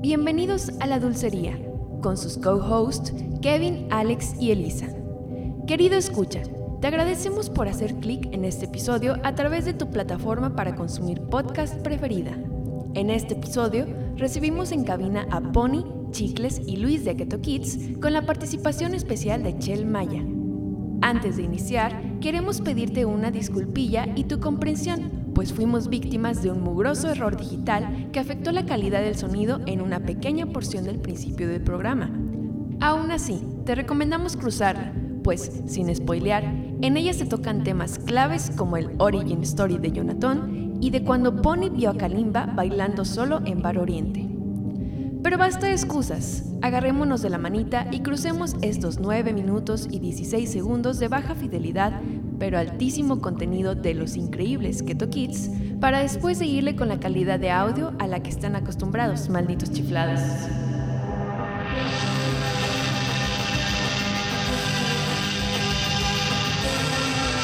Bienvenidos a La Dulcería, con sus co-hosts Kevin, Alex y Elisa. Querido escucha, te agradecemos por hacer clic en este episodio a través de tu plataforma para consumir podcast preferida. En este episodio recibimos en cabina a Pony, Chicles y Luis de Keto Kids con la participación especial de Chel Maya. Antes de iniciar, queremos pedirte una disculpilla y tu comprensión, pues fuimos víctimas de un mugroso error digital que afectó la calidad del sonido en una pequeña porción del principio del programa. Aún así, te recomendamos cruzarla, pues, sin spoilear, en ella se tocan temas claves como el origin story de Jonathan y de cuando Pony vio a Kalimba bailando solo en Bar Oriente. Pero basta de excusas, agarrémonos de la manita y crucemos estos 9 minutos y 16 segundos de baja fidelidad pero altísimo contenido de los increíbles Keto Kids para después seguirle con la calidad de audio a la que están acostumbrados, malditos chiflados.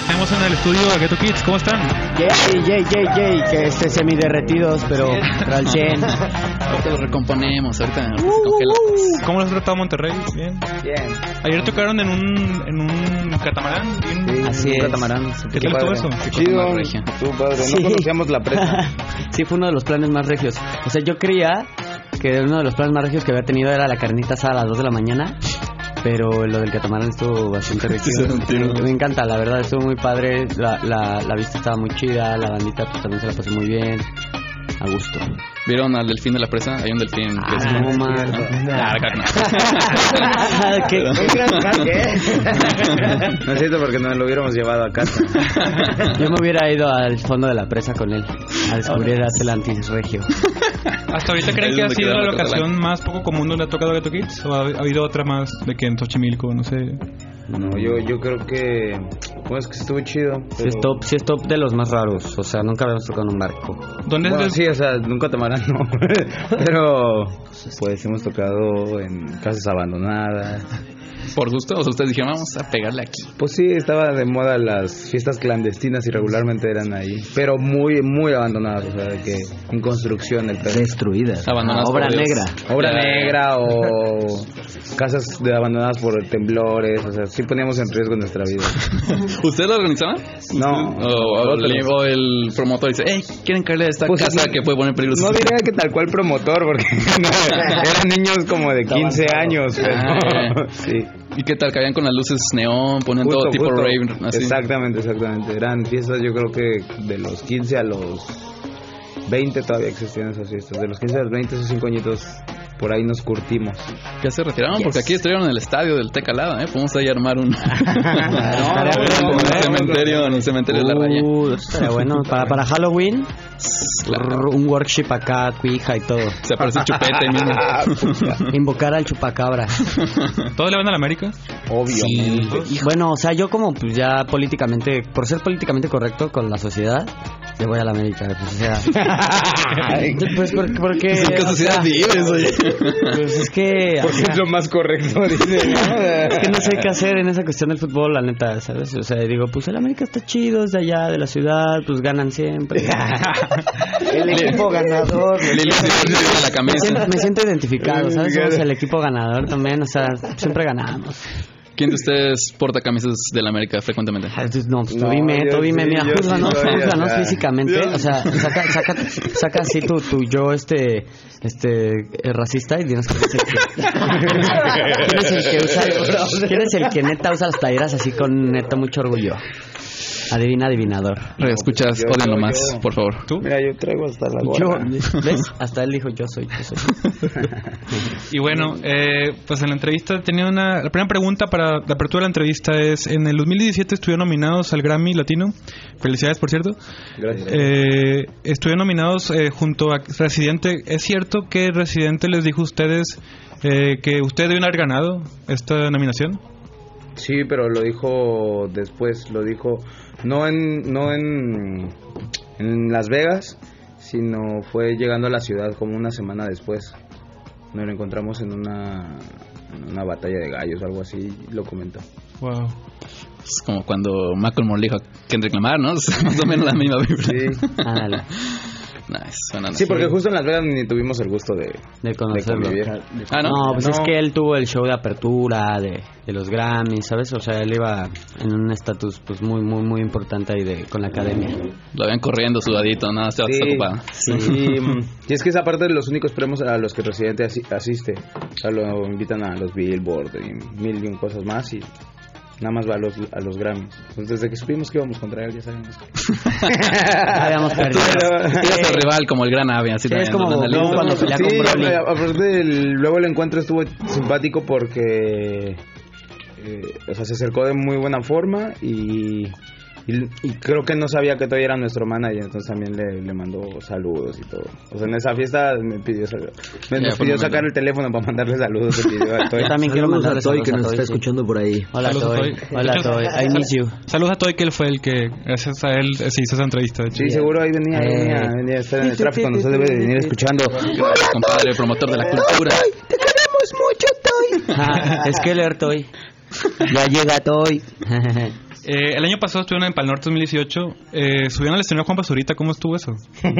Tenemos en el estudio a Ghetto Kids, ¿cómo están? Yay, yay, yay, yay, que este semi derretidos, pero al 100. Ahorita los recomponemos, ahorita nos Uh, descongelamos. ¿Cómo los ha tratado Monterrey? Bien. Bien, Ayer tocaron en un, en un catamarán. bien. Así es. ¿Qué tal todo eso? Chido, Chido, estuvo padre. No Sí. conocíamos la presa. sí, fue uno de los planes más regios. O sea, yo creía que uno de los planes más regios que había tenido era la carnita asada a las 2 de la mañana. Pero lo del catamarán estuvo bastante Sí, rico. se sintió. Me encanta, la verdad, estuvo muy padre. La, la, la vista estaba muy chida, la bandita pues, también se la pasó muy bien. A gusto. ¿Vieron al delfín de la presa? Hay un delfín que es Ah, no, man. larga. Qué- No es cierto porque no lo hubiéramos llevado a casa. Yo me hubiera ido al fondo de la presa con él a descubrir Atlantis Regio. ¿Hasta ahorita creen Ahí que ha donde sido quedaba la el locación catalán. más poco común donde ha tocado Ghetto Kids? ¿O ha, ha habido otra más de que en Xochimilco? No sé. No, yo, yo creo que. Bueno, es que estuvo chido. Si es top, sí es top de los más raros. O sea, nunca habíamos tocado en un barco. ¿Dónde Bueno, es? de- sí, o sea, nunca tomarán, no. Pero. Pues hemos tocado en casas abandonadas. Por gusto, o sea, ustedes dijeron, vamos a pegarle aquí. Pues sí, estaba de moda las fiestas clandestinas y regularmente eran ahí. Pero muy, muy abandonadas. O sea, de que en construcción el pedo. Destruidas. Ah, Ah, Abandonadas obra por Dios. negra. Obra Ya. negra o casas de- abandonadas por temblores, o sea, sí poníamos en riesgo nuestra vida. ¿Ustedes lo organizaban? No. O, o el, o el promotor dice, hey, ¿quieren caerle a esta Pues casa no- que puede poner en peligro? No diría que tal cual promotor, porque no, eran niños como de 15 años. pero- Ah, ya. sí. ¿Y qué tal? Caían con las luces neón, ponían Justo, todo tipo justo. rave. Así. Exactamente, exactamente. Eran fiestas, yo creo que de los 15 a los 20 todavía existían esas fiestas. De los 15 a los 20, esos 5 añitos, por ahí nos curtimos. Ya se retiraron porque aquí estuvieron en el estadio del Tecalada, ¿eh? Podemos ahí armar un, Estaría un bueno, ¿eh? cementerio, en el cementerio de la raya. Uh, estaría bueno. Para, para Halloween, Claro. un workship acá, cuija y todo. Se aparece el chupete ahí mismo. Invocar al chupacabra. ¿Todos le van a la América? Obvio. Y Bueno, o sea, yo como pues, ya políticamente, por ser políticamente correcto con la sociedad, le voy a la América. Pues, o sea, pues por- porque... Son o sea, casualidades libres, oye. pues es que... Porque es lo más correcto, dice. Es que no sé qué hacer en esa cuestión del fútbol, la neta, ¿sabes? O sea, digo, pues el América está chido, es de allá, de la ciudad, pues ganan siempre. el equipo ganador. Le le- le- le- le- Me la camisa. siento, me siento identificado, ¿sabes? Somos el equipo ganador también, o sea, siempre ganamos. ¿Quién de ustedes porta camisas del América frecuentemente? Ah, tú- No, pues tú No, dime, yo tú dime, sí, mira, yo sí júzganos, soy, o júzganos sea, físicamente, o sea, saca, saca, saca así tu, tu yo, este, este, eh, racista y dinos quién es el que, quién es el que usa, quién es el que neta usa las playeras así con neta mucho orgullo. Adivina, adivinador. Re, escuchas, Yo- ódenlo yo- más, yo. por favor. ¿Tú? Mira, yo traigo hasta la Yo, gorra. ¿ves? Hasta él dijo yo soy, yo soy. Y bueno, eh, pues en la entrevista tenía una... La primera pregunta para la apertura de la entrevista es... En el 2017 estuvieron nominados al Grammy Latino. Felicidades, por cierto. Gracias. Eh, estuvieron nominados eh, junto a Residente. ¿Es cierto que Residente les dijo a ustedes eh, que ustedes deben haber ganado esta nominación? Sí, pero lo dijo después, lo dijo no en no en, en Las Vegas, sino fue llegando a la ciudad como una semana después. Nos lo encontramos en una en una batalla de gallos o algo así, lo comentó. Wow. Es como cuando Malcolm Moore le dijo a Kendrick Lamar, ¿no? Es más o menos la misma vibra. Sí. Ándale. Nah, eso suena Sí, porque justo en Las Vegas ni tuvimos el gusto de, de de conocerlo. convivir. Ah, ¿no? pues es que él tuvo el show de apertura de, de los Grammys, ¿sabes? O sea, él iba en un estatus pues muy, muy, muy importante ahí de, con la academia. Lo ven corriendo sudadito, nada, se va Sí, ocupado. sí. y es que esa parte de los únicos premios a los que Residente asi- asiste. O sea, lo invitan a los Billboard y mil y un cosas más y nada más va a los, a los Grammys. Entonces, desde que supimos que íbamos contra él, ya sabemos. Habíamos perdido. Tienes al rival como el gran ave, así Sí, es también, como lo Goku analizas. cuando pelea con Sí, Broly. a- a- aparte el- luego el encuentro estuvo simpático porque eh, o sea, se acercó de muy buena forma y, y- y creo que no sabía que todavía era nuestro manager, entonces también le, le mandó saludos y todo. O sea, en esa fiesta me pidió, sal- me, Ya, pues, nos fue pidió un sacar momento. el teléfono para mandarle saludos. y pidió a Toy. Yo también quiero Saludos mandar a Toy que nos saludos está sí. escuchando por ahí. Hola Saludos a Toy. Toy. Hola Muchas- Toy. I miss you. Saludos a Toy, que él fue el que, gracias a él, eh, se hizo esa entrevista. De hecho. Sí, seguro ahí venía, Eh. venía, venía a estar en el tráfico, nos debe de venir escuchando. Gracias, compadre, promotor de la cultura. Ah, es que leer Toy. Ya llega Toy. Eh, el año pasado estuvieron en Palnorte 2018. Eh, subieron al escenario Juan Basurita, ¿cómo estuvo eso? O sea,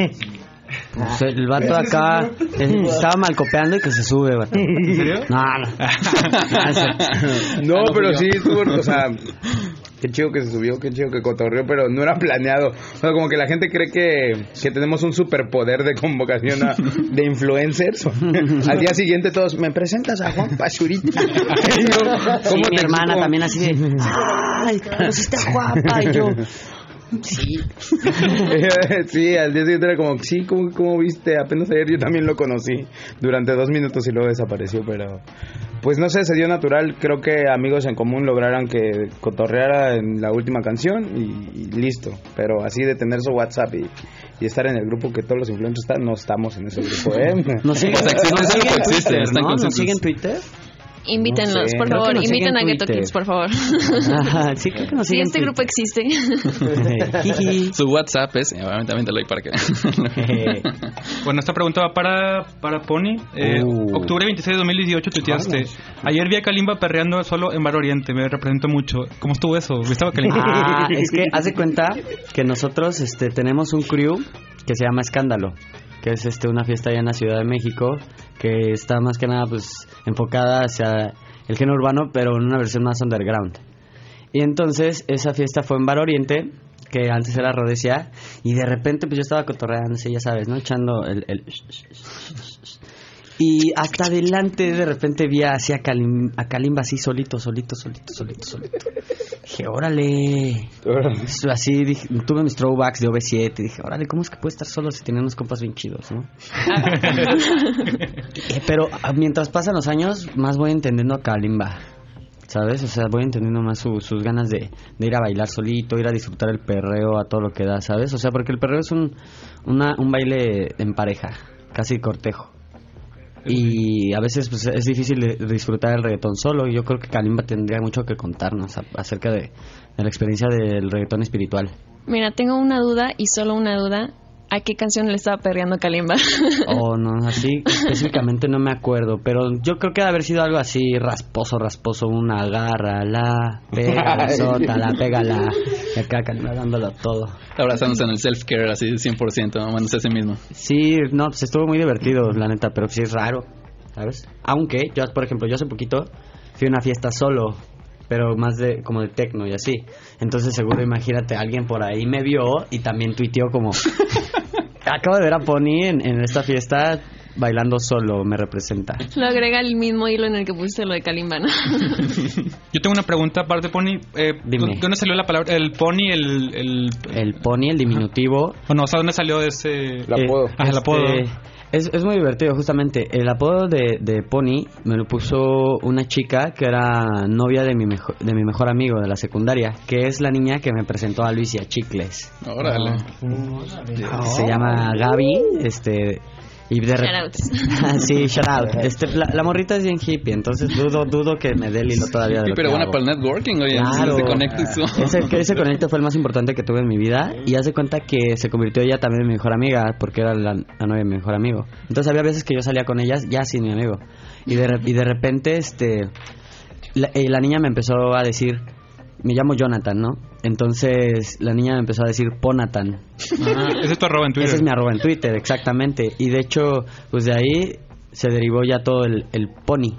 Pues, el vato acá es- estaba malcopeando y que se sube, vato. ¿En serio? No, Ah, no. No, pero sí estuvo, o sea, qué chido que se subió, qué chido que cotorreó, pero no era planeado. O sea, como que la gente cree que, que tenemos un superpoder de convocación a- de influencers. Al día siguiente todos, ¿me presentas a Juan Pachurita? Y yo, Sí, mi te hermana explico? también así de... ¡Ay, pero sí está guapa! Y yo... sí, al día siguiente era como, sí, ¿cómo, cómo viste? Apenas ayer yo también lo conocí durante dos minutos y luego desapareció, pero pues no sé, se dio natural. Creo que amigos en común lograron que cotorreara en la última canción y, y listo. Pero así de tener su WhatsApp y, y estar en el grupo que todos los influencers están, no estamos en ese grupo, ¿eh? No sé, Pues existen, no es algo que siguen existe, Twitter, están ¿no? ¿Nos conscientes. siguen Twitter? No Invítenlos, sé, por creo que favor. nos siguen Inviten a en Ghetto Twitter. Kids, por favor. Ajá, sí, creo que nos Si siguen este grupo existe. grupo... Jiji. Su WhatsApp es, eh, obviamente también te lo doy para que. Eh, Bueno, esta pregunta va para, para Pony. Eh, Uh. Octubre 26 de 2018 tuiteaste. Ayer vi a Kalimba perreando solo en Bar Oriente. Me representó mucho. ¿Cómo estuvo eso? ¿Viste a Kalimba? Ah, es que hace cuenta que nosotros este, tenemos un crew que se llama Escándalo, que es este, una fiesta allá en la Ciudad de México que está más que nada pues enfocada hacia el género urbano, pero en una versión más underground. Y entonces esa fiesta fue en Bar Oriente, que antes era Rodesia, y de repente pues yo estaba cotorreando, sí, ya sabes, ¿no? Echando el... el- Y hasta adelante de repente vi así a, Kalim- a Kalimba así solito, solito, solito, solito, solito. Dije, órale. Así dije, tuve mis throwbacks de OV7. Dije, órale, ¿cómo es que puede estar solo si tiene unos compas bien chidos, no? Eh, Pero ah, mientras pasan los años, más voy entendiendo a Kalimba. ¿Sabes? O sea, voy entendiendo más su- sus ganas de, de ir a bailar solito, ir a disfrutar el perreo a todo lo que da, ¿sabes? O sea, porque el perreo es un, una- un baile en pareja, casi cortejo. Y a veces pues, es difícil de- disfrutar el reggaetón solo. Y yo creo que Kalimba tendría mucho que contarnos a- acerca de, de la experiencia del reggaetón espiritual. Mira, tengo una duda y solo una duda. ¿A qué canción le estaba perreando Kalimba? O no, así específicamente no me acuerdo. Pero yo creo que ha de haber sido algo así rasposo, rasposo. Una agarra, la pega, sota, la pega, la. Y acá Kalimba dándolo todo. Abrazándose en el self-care así 100%, amándose a sí mismo. Sí, no, pues estuvo muy divertido, la neta, pero sí es raro, ¿sabes? Aunque yo, por ejemplo, yo hace poquito fui a una fiesta solo, pero más de como de tecno y así. Entonces, seguro, imagínate, alguien por ahí me vio y también tuiteó como... Acabo de ver a Pony en, en esta fiesta bailando solo, me representa. Lo agrega el mismo hilo en el que pusiste lo de Kalimba, ¿no? Yo tengo una pregunta aparte, Pony. Eh, Dime. Eh. ¿dó- ¿Dónde salió la palabra? El Pony, el... el... El Pony, el diminutivo, o no, o sea, ¿dónde salió ese...? La- El apodo. Ah, el apodo. Este, Es, es muy divertido, justamente. El apodo de, de Pony me lo puso una chica que era novia de mi, mejo- de mi mejor amigo de la secundaria, que es la niña que me presentó a Luis y a Chicles. Ah. Órale. Se llama Gaby, este... Y de rep- Shoutouts. Ah, sí, shout out. Este, la, la morrita es bien hippie, entonces dudo, dudo que me dé el hilo todavía de Sí, lo pero que buena hago. para el networking, oye. Claro. Ah, Se conecta y su. Ese, que ese conecto fue el más importante que tuve en mi vida y hace cuenta que se convirtió ella también en mi mejor amiga porque era la, la novia de mi mejor amigo. Entonces había veces que yo salía con ellas ya sin mi amigo y de, re- y de repente este la, eh, la niña me empezó a decir me llamo Jonathan, ¿no? Entonces la niña me empezó a decir Ponatan. Ese es tu arroba en Twitter. Ese es mi arroba en Twitter, exactamente. Y de hecho, pues de ahí se derivó ya todo el, el pony.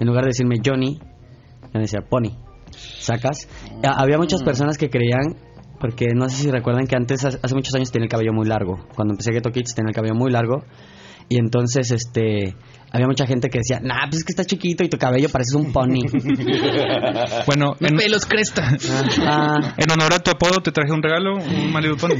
En lugar de decirme Johnny, me decía pony. ¿Sacas? A- Había Mm. muchas personas que creían, porque no sé si recuerdan que antes, hace hace muchos años, tenía el cabello muy largo. Cuando empecé Ghetto Kids tenía el cabello muy largo. Y entonces, este, había mucha gente que decía, nah, pues es que estás chiquito y tu cabello pareces un pony. Bueno, en, Pelos cresta. Ah, en honor a tu apodo te traje un regalo, un Malibu Pony.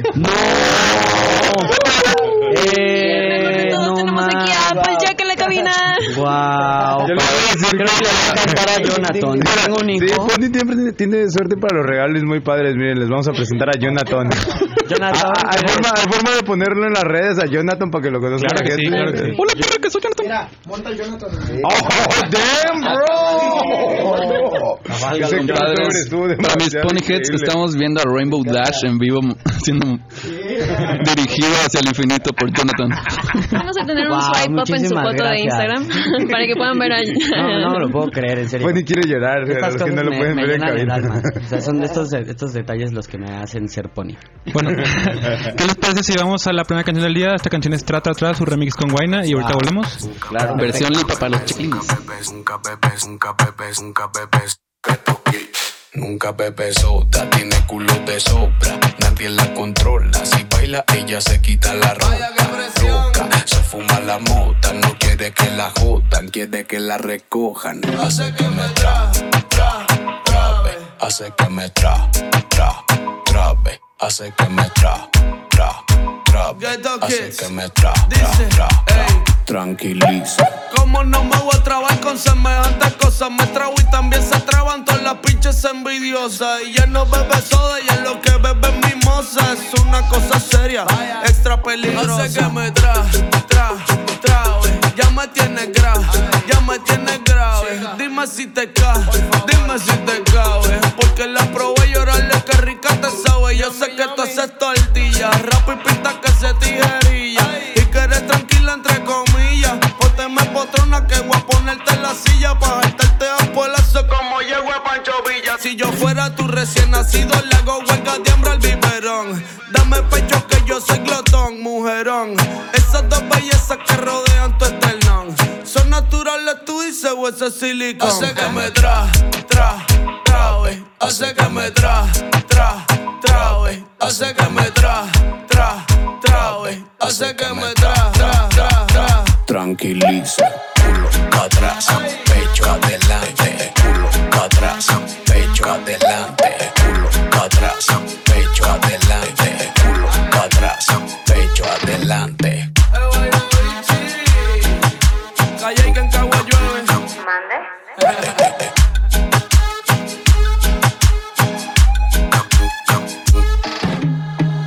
¡Eh! Todos no tenemos aquí más. a Applejack en la cabina. Wow. Yo le voy a decir Creo que le voy a cantar a Jonathan. Yo tengo un Sí, hijo. Pony siempre tiene, tiene suerte para los regalos muy padres. Miren, les vamos a presentar a Jonathan. Jonathan. Ah, hay, forma, hay forma de ponerlo en las redes a Jonathan para que lo conozcan. la Claro que sí, gente. claro que sí. Hola, perra, que soy Jonathan. ¡Oh, damn, Oh, bro! Valga, Ese compadres. cabrón eres tú, Para mis demasiado ponyheads que increíble. estamos viendo a Rainbow Dash en vivo siendo dirigido hacia el infinito por Jonathan. Vamos a tener Wow, un swipe up en su muchísimas foto de gracias. Instagram para que puedan ver a No, no me lo puedo creer, en serio. Pony quiere llorar, a Estas los que cosas no lo me, pueden me ver en llenan el cabina. alma. O sea, son de estos, de estos detalles los que me hacen ser pony. Bueno, ¿qué les parece si vamos a la primera canción del día? Esta canción es Trata Atrás, su remix con Guaina, y ahorita Ah. volvemos. Versión lipa para los chiquilines. Nunca bebes, nunca bebes, nunca bebes, Beto Kids. Nunca bebes otra, tiene culo de sobra, nadie la controla. Si baila, ella se quita la ropa. Loca, se fuma la mota, no quiere que la jodan, quiere que la recojan. Hace que me tra, tra, trabe. Hace que me tra, tra, trabe. Hace que me tra, tra, trabe. Ghetto Hace Kids. que me tra, tra, Dice, tra, tra. ey. Tranquiliza. Como no me voy a trabar con semejantes cosas, me trago y también se traban todas las pinches envidiosas. Ella no bebe soda, ella lo que bebe es mimosa. Es una cosa seria, extra peligrosa. Hace que me tra, tra, trabe. Ya me tienes grave, ya me tienes grave. Dime si te cae, dime si te cabe. Porque la probé llorarle que rica te sabe. Yo sé que tú haces tortillas, rap y pinta que se tijerilla. Y que eres tranquila entre comillas Ponte me potrona que voy a ponerte en la silla Pa' saltarte a polazo como llego a Pancho Villa Si yo fuera tu recién nacido Le hago huelga de hambre al biberón Dame pecho que yo soy glotón, mujerón Esas dos bellezas que rodean tu esternón Son naturales tú dices o ese es silicón Hace que me tra, tra, trabe Hace que me tra, tra, eh. trabe Hace que me tra, tra, eh. trabe Hace que me tra, tra, tra, tra. Tranquiliza, culo pa' atrás, pecho adelante, culo pa' atrás, pecho adelante, culo pa' atrás, pecho adelante, culo pa' atrás, pecho adelante. Eh, Calle y que en Cagua llueve.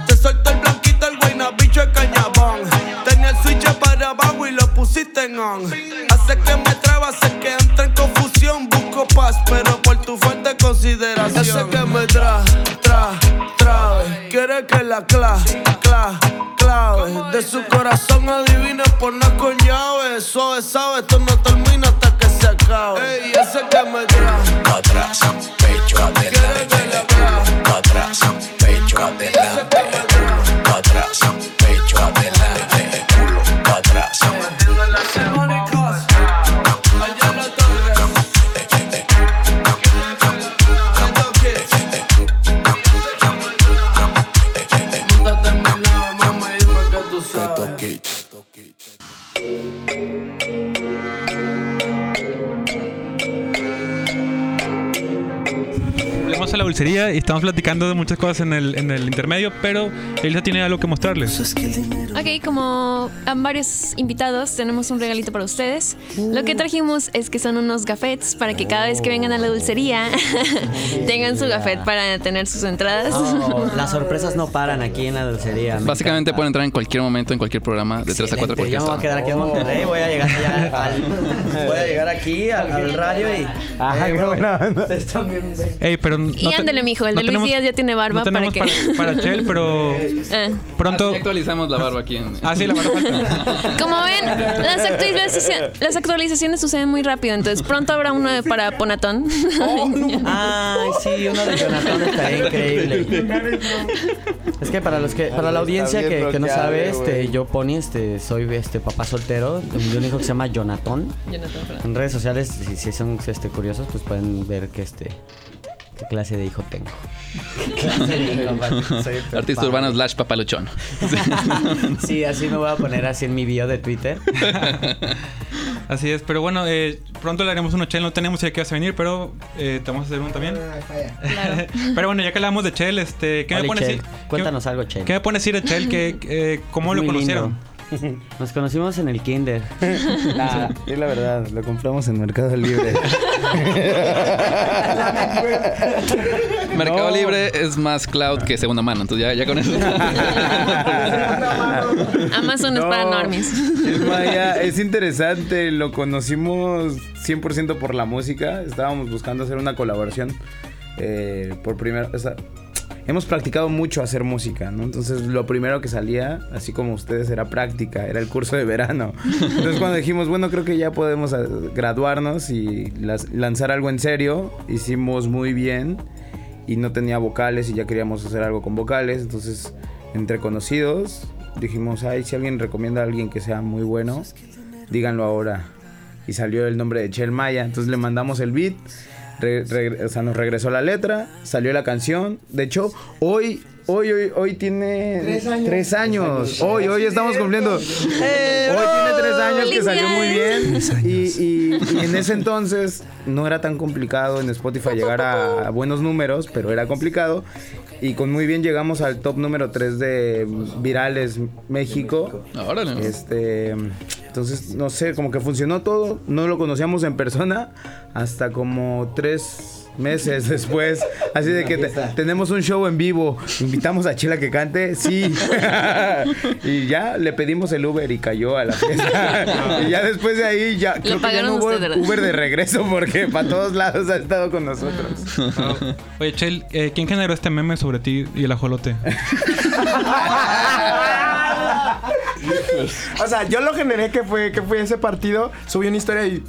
Te soltó el blanquito, el buena bicho, el cañabón. Tenía el switch para abajo y lo pusiste en on. Hace que me traba, hace que entre en confusión. Busco paz, pero por tu fuerte consideración. Hace que me tra, tra, trabe. Quiere que la cla, cla, clave. De su corazón adivina por no con llave. Suave, sabe, esto no termina hasta que se acabe. Ey, hace que me tra, Pa' atrás, pecho quiere que adelante, la cla. pa' atrás, pecho adelante, culo pa' atrás, pecho adelante, culo pa' atrás, toque. Volvemos a la dulcería y estamos platicando de muchas cosas en el, en el intermedio, pero Elisa tiene algo que mostrarles. Ok, como a varios invitados, tenemos un regalito para ustedes. Lo Uh. que trajimos es que son unos gafetes para que cada vez que vengan a la dulcería tengan su gafet para tener sus entradas. Ah. Oh, las sorpresas no paran aquí en la dulcería. me Básicamente encanta. pueden entrar en cualquier momento, en cualquier programa, de 3 a 4 Excelente, Yo me cualquier voy a sábado. quedar Oh. aquí en Monterrey, voy a llegar allá al, voy a llegar aquí al, al radio y eh, Ay, qué buena onda. Ey, pero no, Sí, ándale, mijo. El de Luis tenemos- Díaz ya tiene barba no tenemos para para, que. para Chel, pero Ah. pronto. Así actualizamos la barba aquí en. Ah, sí, la barba falta. Como ven, las actualizaciones, las actualizaciones suceden muy rápido, entonces pronto habrá uno de- para Ponatón. Oh, Ay, sí, uno de Jonathan estaría increíble. Es que para los que, para la audiencia que, que no sabe, este, yo Pony, este, soy este papá soltero, de un hijo que se llama Jonathan. En redes sociales, si, si son este, curiosos, pues pueden ver que este, qué clase de hijo tengo. Artista urbano slash papaluchón. Sí, así me voy a poner así en mi bio de Twitter. Así es, pero bueno, eh, pronto le haremos uno a Chel. No tenemos idea que vas a venir, pero eh, te vamos a hacer uno también. Ah, pero bueno, ya que hablamos de Chel, este, ¿qué me Oli, pones Chel, Cuéntanos algo, Chel. ¿Qué me pones decir a Chel? Que, eh, ¿Cómo Es lo muy conocieron? lindo. Nos conocimos en el kinder. Nah, es la verdad, lo compramos en Mercado Libre. Mercado No. Libre es más cloud que segunda mano, entonces ya, ya con eso. Amazon es para No, normies. Es, Maya, es interesante, lo conocimos 100% por la música. Estábamos buscando hacer una colaboración eh, por primera o sea, hemos practicado mucho hacer música, ¿no? Entonces lo primero que salía, así como ustedes, era práctica, era el curso de verano. Entonces cuando dijimos, bueno, creo que ya podemos ah, graduarnos y las- lanzar algo en serio, hicimos muy bien y no tenía vocales y ya queríamos hacer algo con vocales. Entonces, entre conocidos, dijimos, ay, si alguien recomienda a alguien que sea muy bueno, díganlo ahora. Y salió el nombre de Chel Maya. Entonces le mandamos el beat. re- re- o sea, nos regresó la letra, salió la canción. De hecho, hoy, hoy, hoy, hoy tiene tres años. Hoy, hoy estamos cumpliendo. Hoy tiene tres años que salió muy bien. Y, y- y en ese entonces no era tan complicado en Spotify llegar a, a buenos números, pero era complicado. Y con muy bien llegamos al top número 3 de Virales México. Órale. Este, entonces, no sé, como que funcionó todo. No lo conocíamos en persona hasta como tres meses después. Así de que te- tenemos un show en vivo. Invitamos a Chela que cante. Sí. y ya le pedimos el Uber y cayó a la fiesta. y ya después de ahí, ya, creo que ya pagaron no hubo ustedes, ¿verdad? Uber de regreso porque para todos lados ha estado con nosotros. Ah, Oye, Chel, eh, ¿quién generó este meme sobre ti y el ajolote? O sea, yo lo generé que fue, que fue ese partido. Subí una historia y.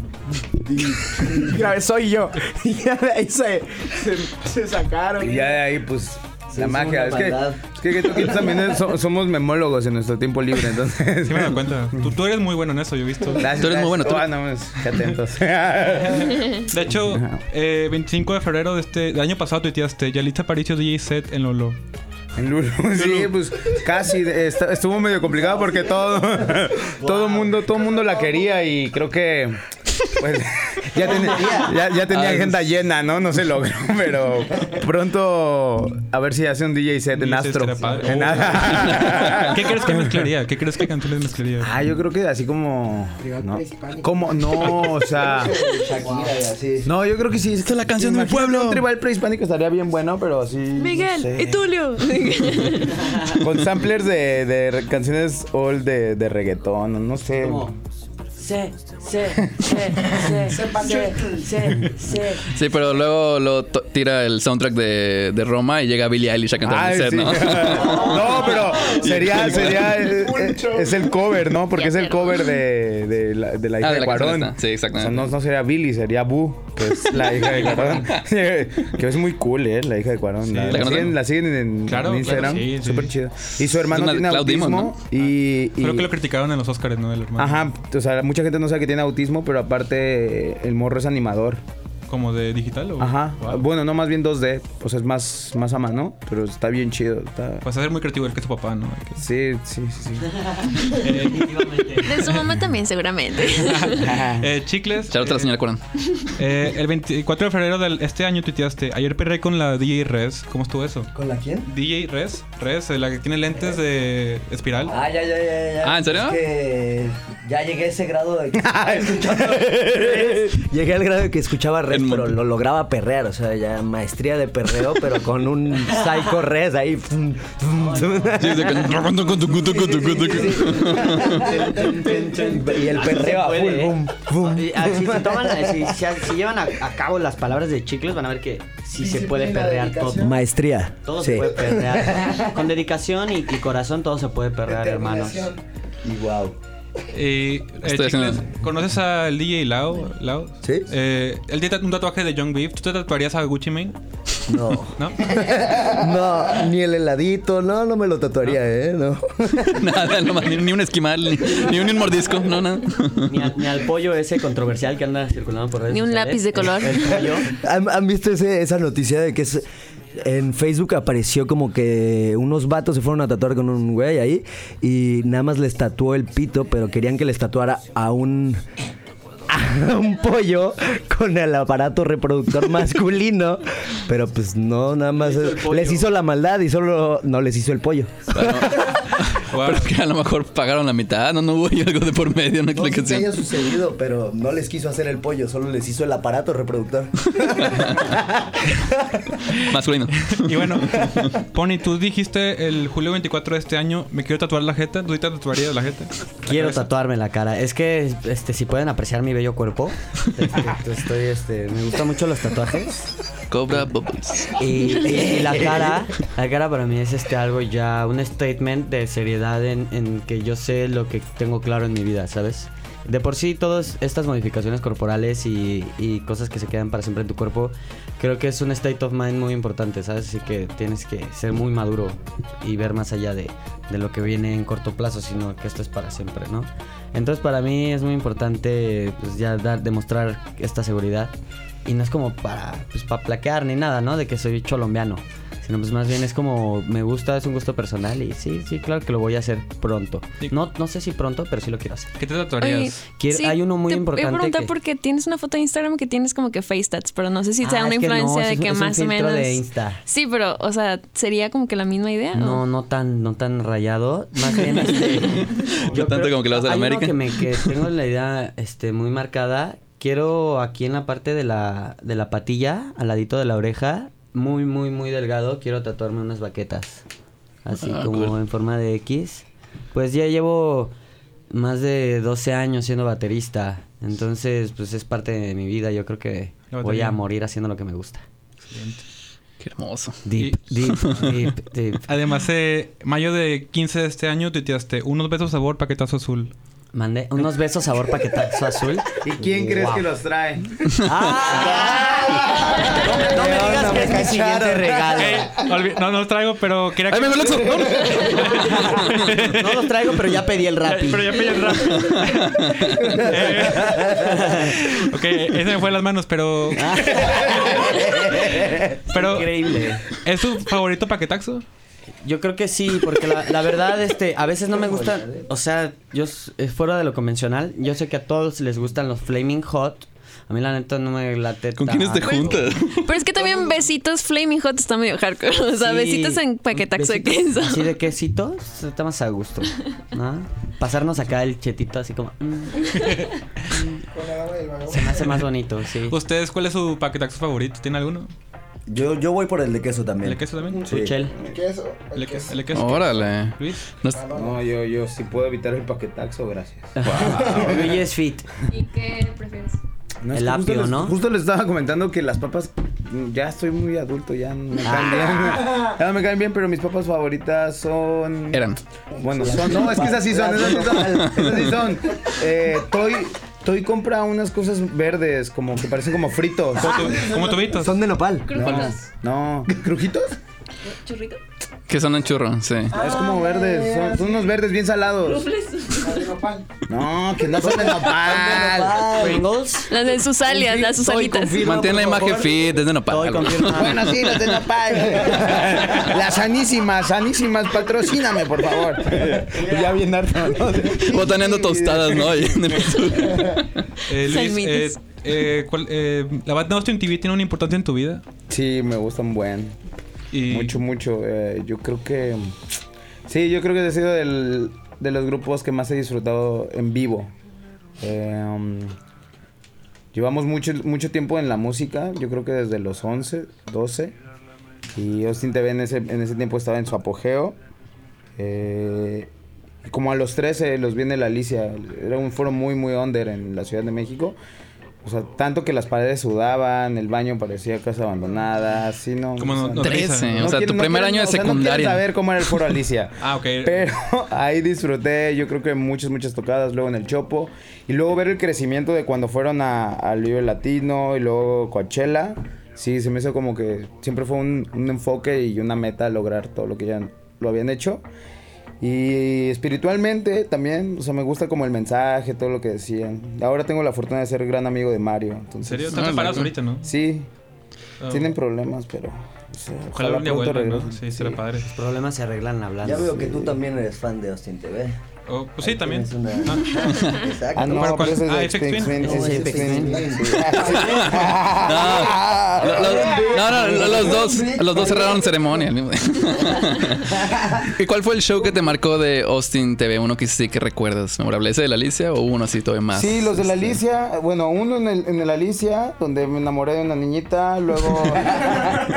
y- y grabé, soy yo. Y ya de ahí se, se, se sacaron. Y ya de ahí, pues. La hizo magia, una es que, maldad. es que tú que tú también eres- so- somos memólogos en nuestro tiempo libre, entonces. Sí me doy cuenta. Tú, tú eres muy bueno en eso, yo he visto. Gracias, Tú eres muy bueno, gracias. tú- Ah, no, es- qué atentos. De hecho, eh, 25 de febrero de este del año pasado tuiteaste Yalitza Aparicio DJ Set en Lolo. en Lulu. Sí, pues casi. eh, est- Estuvo medio complicado porque todo. Todo mundo, todo mundo la quería y creo que. Pues, ya, ten- ya, ya tenía agenda llena, ¿no? No se logró, pero pronto a ver si hace un DJ set en DJ set Astro. estaría padre. En Oh. Astro. ¿Qué crees que mezclaría? ¿Qué crees que canciones mezclaría? Ah, yo creo que así como. No. ¿Cómo? No, o sea. No, yo creo que sí. Esta es la canción de mi pueblo. Un tribal prehispánico estaría bien bueno, pero así. no Miguel sé. y Tulio. Con samplers de, de re- canciones old de, de reggaetón, no sé. Se, se, se, se, se, se, se. Sí, pero luego lo to- tira el soundtrack de, de Roma y llega Billie Eilish a cantar Ay, el set, sí. ¿no? No, pero sería, sería eh, Un eh, show. es el cover, ¿no? Porque Ya, es el pero- cover de, de la, de la hija Ah, de de, la canción Cuarón. esta. Sí, exactamente. O sea, no, no sería Billy, sería Boo, que es la hija de Cuarón. que es muy cool, ¿eh? La hija de Cuarón. la, ¿La la conocen? siguen, la siguen en, Claro, en claro, Instagram. sí, sí. Súper chida. Y su hermano una de tiene Cloud autismo. Demon, y, y- Creo que lo criticaron en los Oscars, ¿no? Del hermano. Ajá, o sea, mucha gente no sabe que tiene autismo, pero aparte eh, el morro es animador. Como de digital o. Ajá. Wow. Bueno, no más bien 2D, o sea, es más, más a mano, pero está bien chido. Está... Vas a ser Pues muy creativo el que es tu papá, ¿no? Hay que- Sí, sí, sí. sí. De su mamá también, seguramente. Ah. Eh, chicles. Charlotte la eh, señora Cuarón. eh, el 24 de febrero de este año tuiteaste. Ayer perré con la DJ Res. ¿Cómo estuvo eso? ¿Con la quién? DJ Res. Res, eh, la que tiene lentes de espiral. ya, ya, ya. ya. Ah, ¿en serio? Es que Ya llegué a ese grado de que estaba escuchando Rex. Llegué al grado de que escuchaba Rex, pero lo lograba perrear. O sea, ya maestría de perreo, pero con un psycho Rex ahí. pum, pum, pum. Y el perreo a full. bum, bum. Y, ¿eh? ah, si, se toman la- si- si- si llevan a, a cabo las palabras de chicles, van a ver que sí se puede perrear todo. Maestría. Todo Sí. se puede perrear. Con dedicación y, y corazón, todo se puede perrear, hermanos. Y wow. Eh, eh, Estoy haciendo- Chicles, ¿Conoces al DJ Lao? Lao? Sí. Eh, él tiene un tatuaje de Young Beef. ¿Tú te tatuarías a Gucci Mane? No. ¿No? No, ni el heladito, no, no me lo tatuaría, ¿eh? No. Nada, no más, ni, ni un esquimal, ni, ni un mordisco, no, nada. Ni, al- ni al pollo ese controversial que anda circulando por redes Ni un sociales. lápiz de color. El, el pollo. ¿Han, han visto ese- esa noticia de que es- en Facebook apareció como que unos vatos se fueron a tatuar con un güey ahí y nada más les tatuó el pito, pero querían que les tatuara a un a un pollo con el aparato reproductor masculino, pero pues no, nada más es- les hizo la maldad y solo no les hizo el pollo. Bueno, Pero es que a lo mejor pagaron la mitad, no, no hubo ahí algo de por medio, una No sé si haya explicación. sucedido, pero no les quiso hacer el pollo, solo les hizo el aparato reproductor. Masculino. Y bueno, Pony, tú dijiste el julio 24 de este año, me quiero tatuar la jeta. ¿Tú te tatuarías la jeta? Quiero cabeza. tatuarme la cara. Es que, este, si pueden apreciar mi bello cuerpo, este, estoy, este, me gustan mucho los tatuajes. Cobra Bubbles. Y, y- y la cara, la cara para mí es este algo ya, un statement de seriedad en, en que yo sé lo que tengo claro en mi vida, ¿sabes? De por sí, todas estas modificaciones corporales y, y cosas que se quedan para siempre en tu cuerpo, creo que es un state of mind muy importante, ¿sabes? Así que tienes que ser muy maduro y ver más allá de, de lo que viene en corto plazo, sino que esto es para siempre, ¿no? Entonces, para mí es muy importante, pues ya dar, demostrar esta seguridad. Y no es como para, pues, para plaquear ni nada, ¿no? De que soy cholombiano. Sino pues más bien es como me gusta, es un gusto personal y sí, sí, claro que lo voy a hacer pronto. No, no sé si pronto, pero sí lo quiero hacer. ¿Qué te Oye, tatuarías? Quiero- sí, hay uno muy te Voy a importante. preguntar que- porque tienes una foto de Instagram que tienes como que face tats, pero no sé si sea Ah, una es que no, influencia ese de es que un- es un más o filtro menos. de Insta. Sí, pero, o sea, sería como que la misma idea. No, o? no tan, no tan rayado. Más bien, este, No tanto como que le vas a la hay uno América. que, me, que tengo la idea este, muy marcada. Quiero aquí en la parte de la, de la patilla, al ladito de la oreja, muy, muy, muy delgado, quiero tatuarme unas baquetas. Así Ah, como cool. en forma de X. Pues ya llevo más de 12 años siendo baterista. Entonces, pues es parte de mi vida. Yo creo que La voy batería. a morir haciendo lo que me gusta. Qué hermoso. Deep, deep, deep, deep. Además, eh, mayo de 15 de este año tuiteaste unos besos sabor paquetazo azul. Mandé unos besos sabor paquetazo azul. ¿Y quién crees que los trae? No me, no me digas que es mi siguiente regalo. Eh, olvi- no, no los traigo, pero quería que... ¡Ay, me veo el Oxxo! ¡Vámonos! No los traigo, pero ya pedí el Ya, rap. Pero ya pedí el rap. Eh, ok, ese me fue de las manos, pero... Ah, pero Increíble. ¿Es tu favorito paquetazo? Yo creo que sí, porque la, la verdad, este, a veces no me gusta, o sea, yo s- eh, fuera de lo convencional, yo sé que a todos les gustan los flaming hot. A mí la neta no me late. ¿Con quiénes te tanto. juntas? Pero es que también besitos Flaming Hot está medio hardcore. O sea, Sí. besitos en paquetaxo de Besitos queso. Así de quesitos, está más a gusto. ¿no? Pasarnos acá el chetito así como. mm, mm. Se me hace más bonito, sí. ¿Ustedes cuál es su paquetaxo favorito? ¿Tiene alguno? Yo, yo voy por el de queso también. ¿El de queso también? Sí. Chel. ¿El de queso? ¿El de Oh. queso? Órale. Luis. No es- No, yo, yo sí puedo evitar el paquetaxo, gracias. Luigi es fit. ¿Y qué prefieres? No, es El que justo apio, les- ¿no? Justo les estaba comentando que las papas, mm, ya estoy muy adulto, ya no me caen bien. Ya no me caen bien, pero mis papas favoritas son... Eran. Bueno, son, no, es que esas sí son, esas sí son. Esas sí son. Eh, Toy, Toy compra unas cosas verdes, como que parecen como fritos. ¿Cómo tubitos? Son de nopal. No, ¿crujitos? ¿Churrito? Que son en churro, sí. es como verdes, son, son unos verdes bien salados. No, que no son de nopal. Pringles. Las de sus alias, las sus alitas. Mantén la imagen fit, desde Estoy Nopal. confirmado. Bueno, sí, los de nopal. Las sanísimas, sanísimas, patrocíname, por favor. Ya bien harto, ¿no? Botaneando tostadas, ¿no? Ahí en el sur. Eh, Luis, eh, Salmitis. eh, ¿cuál- eh, ¿la banda Austin TV tiene una importancia en tu vida? Sí, me gustan buen. Y Mucho, mucho. Eh, yo creo que. Sí, yo creo que he sido del- de los grupos que más he disfrutado en vivo. Eh, um, llevamos mucho, mucho tiempo en la música, yo creo que desde los 11, 12. Y Austin TV en ese, en ese tiempo estaba en su apogeo. Eh, y como a los 13 los viene la Alicia. Era un foro muy, muy under en la Ciudad de México. O sea, tanto que las paredes sudaban, el baño parecía casa abandonada, así no... Como no- no- 13, o sea, tu quiero- primer quiero- año de o sea, no quiero secundaria. saber cómo era el foro Alicia. Ah, ok. Pero ahí disfruté, yo creo que muchas, muchas tocadas, luego en el Chopo. Y luego ver el crecimiento de cuando fueron a- al Vive Latino y luego Coachella. Sí, se me hizo como que siempre fue un, un enfoque y una meta lograr todo lo que ya lo habían hecho. Y espiritualmente también, o sea, me gusta como el mensaje, todo lo que decían. Ahora tengo la fortuna de ser gran amigo de Mario. ¿En Entonces, serio? Están separados ahorita, ¿no? Ah, Sí. Ah. Tienen problemas, pero... o sea, Ojalá algún día pronto vuelvan, ¿no? regresen. Sí, será padre. Los problemas se arreglan hablando. Ya veo que tú también eres fan de Austin TV. Oh, pues sí, también. tienes una- Ah. Exacto. Ah, no, Pero pero ¿cuál? eso es de Ah, Apex Apex Twin. Twin. No, Sí, es Apex Apex Twin. Twin. No, lo- lo- no, no, lo- los dos, los dos cerraron ceremonia. al mismo tiempo. ¿Y cuál fue el show que te marcó de Austin TV? Uno que sí que recuerdas, memorable. ¿Ese de la Alicia o uno así todavía más? Sí, los de la Alicia. Bueno, uno en el, en el Alicia, donde me enamoré de una niñita. Luego